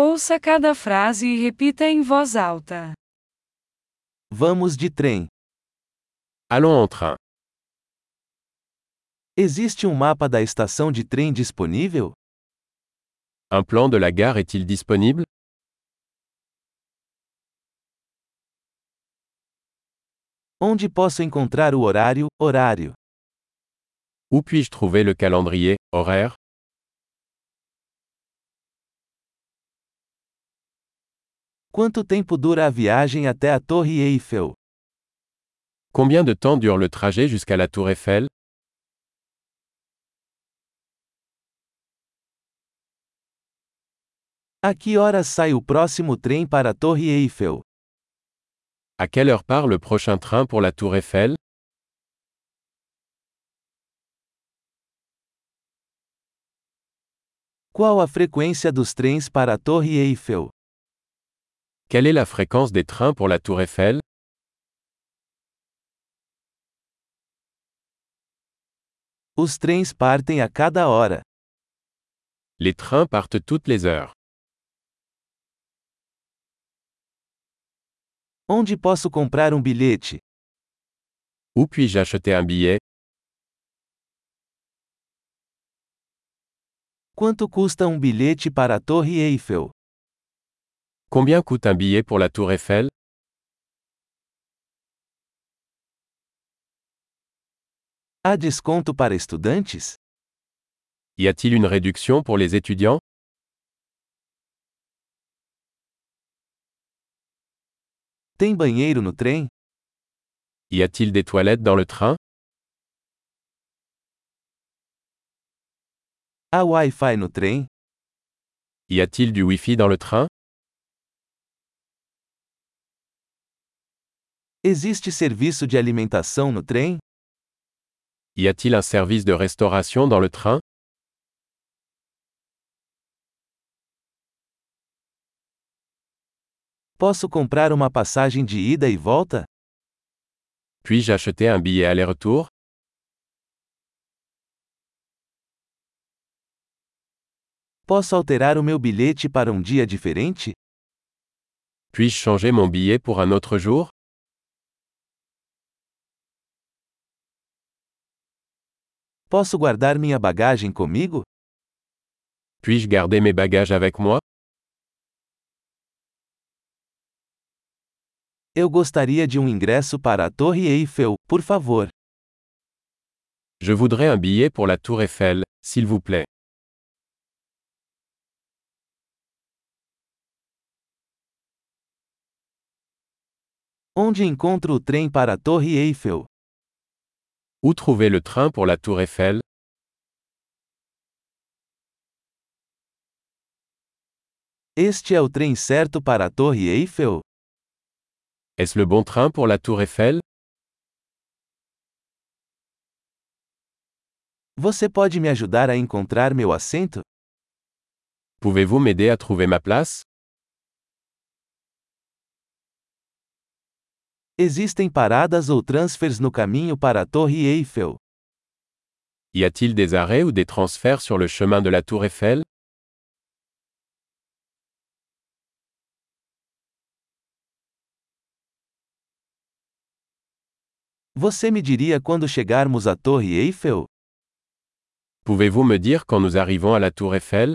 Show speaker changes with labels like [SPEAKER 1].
[SPEAKER 1] Ouça cada frase e repita em voz alta.
[SPEAKER 2] Vamos de trem.
[SPEAKER 3] Allons en train.
[SPEAKER 2] Existe um mapa da estação de trem disponível?
[SPEAKER 3] Un plan de la gare est-il disponible
[SPEAKER 2] Onde posso encontrar o horário, horário?
[SPEAKER 3] Où puis-je trouver le calendrier, horaire
[SPEAKER 2] Quanto tempo dura a viagem até a Torre Eiffel?
[SPEAKER 3] Combien de temps dure le trajet jusqu'à la tour Eiffel
[SPEAKER 2] A que horas sai o próximo trem para a Torre Eiffel?
[SPEAKER 3] À quelle heure part le prochain train pour la tour Eiffel
[SPEAKER 2] Qual a frequência dos trens para a Torre Eiffel?
[SPEAKER 3] Quelle est la fréquence des trains pour la tour Eiffel
[SPEAKER 2] Os trens partem a cada hora.
[SPEAKER 3] Les trains partent toutes les heures.
[SPEAKER 2] Onde posso comprar um bilhete?
[SPEAKER 3] Où puis-je acheter un billet
[SPEAKER 2] Quanto custa um bilhete para a Torre Eiffel?
[SPEAKER 3] Combien coûte un billet pour la tour Eiffel
[SPEAKER 2] Há desconto para estudantes?
[SPEAKER 3] Y a-t-il une réduction pour les étudiants
[SPEAKER 2] Tem banheiro no trem?
[SPEAKER 3] Y a-t-il des toilettes dans le train
[SPEAKER 2] Há Wi-Fi no trem?
[SPEAKER 3] Y a-t-il du Wi-Fi dans le train
[SPEAKER 2] Existe serviço de alimentação no trem?
[SPEAKER 3] Y a-t-il un service de restauration dans le train
[SPEAKER 2] Posso comprar uma passagem de ida e volta?
[SPEAKER 3] Puis-je acheter un billet aller-retour
[SPEAKER 2] Posso alterar o meu bilhete para um dia diferente?
[SPEAKER 3] Puis-je changer mon billet pour un autre jour
[SPEAKER 2] Posso guardar minha bagagem comigo?
[SPEAKER 3] Puis-je garder mes bagages avec moi
[SPEAKER 2] Eu gostaria de um ingresso para a Torre Eiffel, por favor.
[SPEAKER 3] Je voudrais un billet pour la tour Eiffel, s'il vous plaît.
[SPEAKER 2] Onde encontro o trem para a Torre Eiffel?
[SPEAKER 3] Où trouver le train pour la tour Eiffel
[SPEAKER 2] Este é o trem certo para a Torre Eiffel?
[SPEAKER 3] Est-ce le bon train pour la tour Eiffel
[SPEAKER 2] Você pode me ajudar a encontrar meu assento?
[SPEAKER 3] Pouvez-vous m'aider à trouver ma place
[SPEAKER 2] Existem paradas ou transfers no caminho para a Torre Eiffel?
[SPEAKER 3] Y a-t-il des arrêts ou des transferts sur le chemin de la tour Eiffel
[SPEAKER 2] Você me diria quando chegarmos à Torre Eiffel?
[SPEAKER 3] Pouvez-vous me dire quand nous arrivons à la tour Eiffel